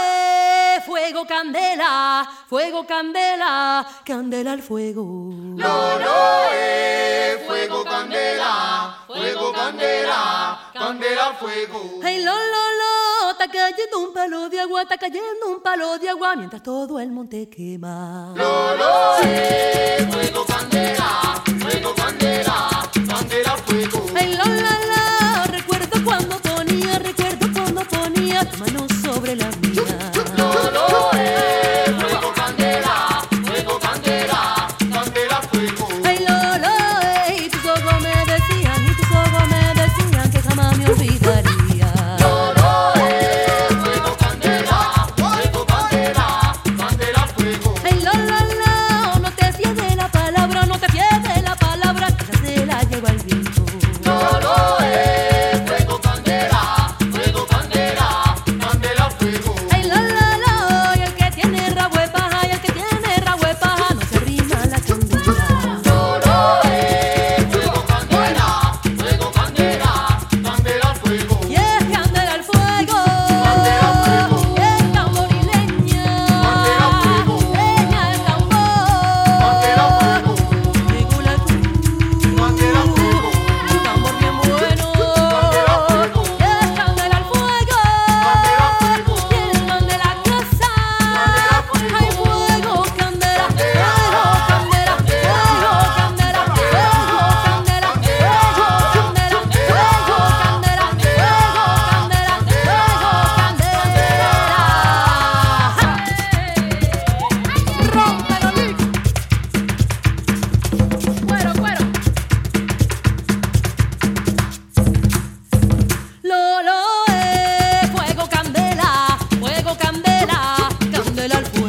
eh, fuego, candela, fuego, candela, candela al fuego. No, no, eh, fuego, candela, fuego, candela, candela al fuego. Hey, lo, lo, lo, está cayendo un palo de agua, está cayendo un palo de agua, mientras todo el monte quema. No, no, eh, fuego, candela, fuego, candela, candela al fuego. Ay, la, la, la, recuerdo cuando ponía, recuerdo cuando ponía tu mano sobre la mía. No, no, eh, fuego, candela, fuego, candela, candela al fuego. Ay, Lolo, ey, eh, tus ojos me decían y tus ojos me decían que jamás me olvidaría. No, no, eh, fuego, candela, fuego, candela, candela al fuego. Ay, Lolo, no, no te fíes de la palabra, no te fíes de la palabra, que ya se la lleva el viento. No, no, eh, fuego, candela, fuego, candela, candela al fuego. Ay, la, la, la, y el que tiene rabo de paja, y el que tiene rabo de paja, no se arrima a la candela. No, no, eh, fuego, candela, fuego, candela, candela al fuego. Y es candela al fuego, Candela al fuego. es tamborileña, Candela al fuego. leña el Candela al tambor, fuego. regula tú, Candela al fuego. un tambor bien bueno. Candela al fuego. Y es candela al fuego, Candela al fuego. y el man de la Candela casa, al fuego. hay fuego, candela, fuego, candela, fuego, candela, fuego, candela, fuego, candela, fuego, candela, fuego, candela, fuego, candela. Rómpelo, Lick. Cuero, cuero. Lolo, eh, fuego, candela, fuego, candela, candela al fuego.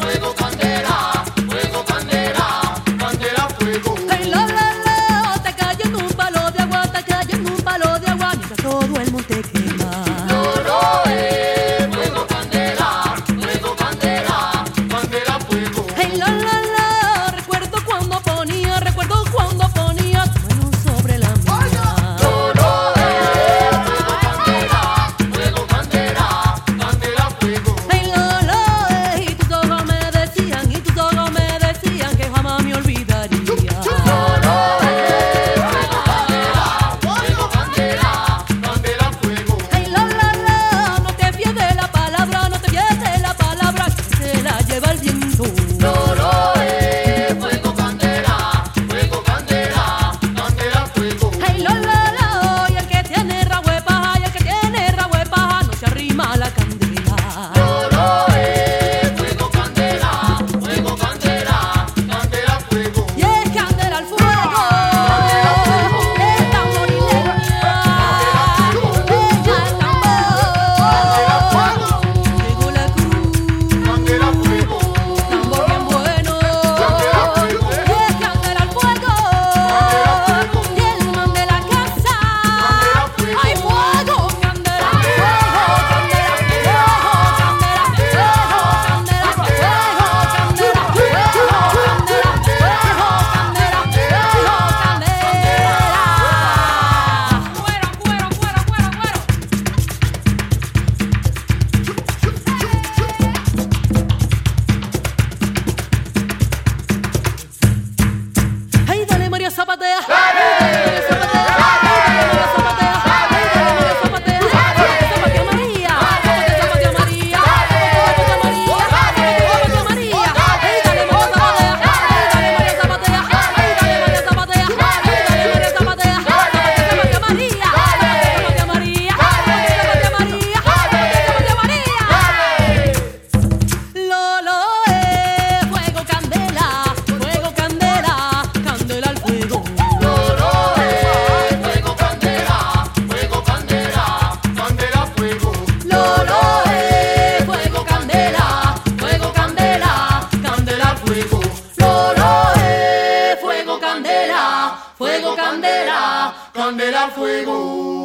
Fuego, candela, fuego, candela, candela al fuego. Ay, lo, lo, lo, está cayendo un palo de agua, está cayendo un palo de agua, mientras todo el monte quema. No, no, eh, fuego, candela, fuego, candela, candela al fuego. Ay, lo, lo, lo, recuerdo cuando ponía, recuerdo cuando ponía tu mano sobre la mía. No, no, eh, fuego, candela, fuego, candela, candela al fuego. Ay, lo, lo, eh, y tus ojos me decían, y tus ojos me decían que jamás me olvidaría. No, no, eh, fuego, candela, fuego, candela, candela al fuego. Ay, la, la, la, no te fíes de la palabra, no te fíes de la palabra, que se la lleva el viento. No, no, eh, fuego, candela, fuego, candela, candela al fuego. Ay, la, la, la, y el que tiene rabo de paja, y el que tiene rabo de paja, no se arrima a la candela. No, no, eh, fuego, candela, fuego, candela, candela al fuego. Y es candela al fuego, es tamborileña, ella es tambor. Llegó la cruz, Candela al fuego, tambor bien bueno. Y es candela al fuego, y el man de la casa. ¡Hay fuego, candela, fuego, candela, fuego, candela, fuego, candela, fuego, candela, fuego, candela, fuego, candela, fuego, candela! ¡Cuero, cuero, cuero, cuero, cuero! ¡Ay, dale, María Zapatea! ¡Dale, María Zapatea! ¡Dale, María Zapatea! ¡Dale, María Zapatea! ¡Zapatea María! ¡Zapatea María! ¡Zapatea María! ¡Zapatea María! ¡Ay, dale, María Zapatea! ¡Ay, dale, María Zapatea! ¡Ay, dale, María Zapatea! ¡Ay, dale, María Zapatea! ¡Zapatea, Zapatea María! ¡Zapatea, Zapatea María! ¡Zapatea, Zapatea María! ¡Zapatea, Zapatea María! Lolo, eh, fuego, candela, fuego, candela, candela al fuego. fuego, candela, fuego, candela, candela al fuego. Lolo, eh, fuego, candela, fuego, candela, Candela candela al al fuego. Lolo, eh, fuego, candela, fuego, candela, fuego, candela al fuego.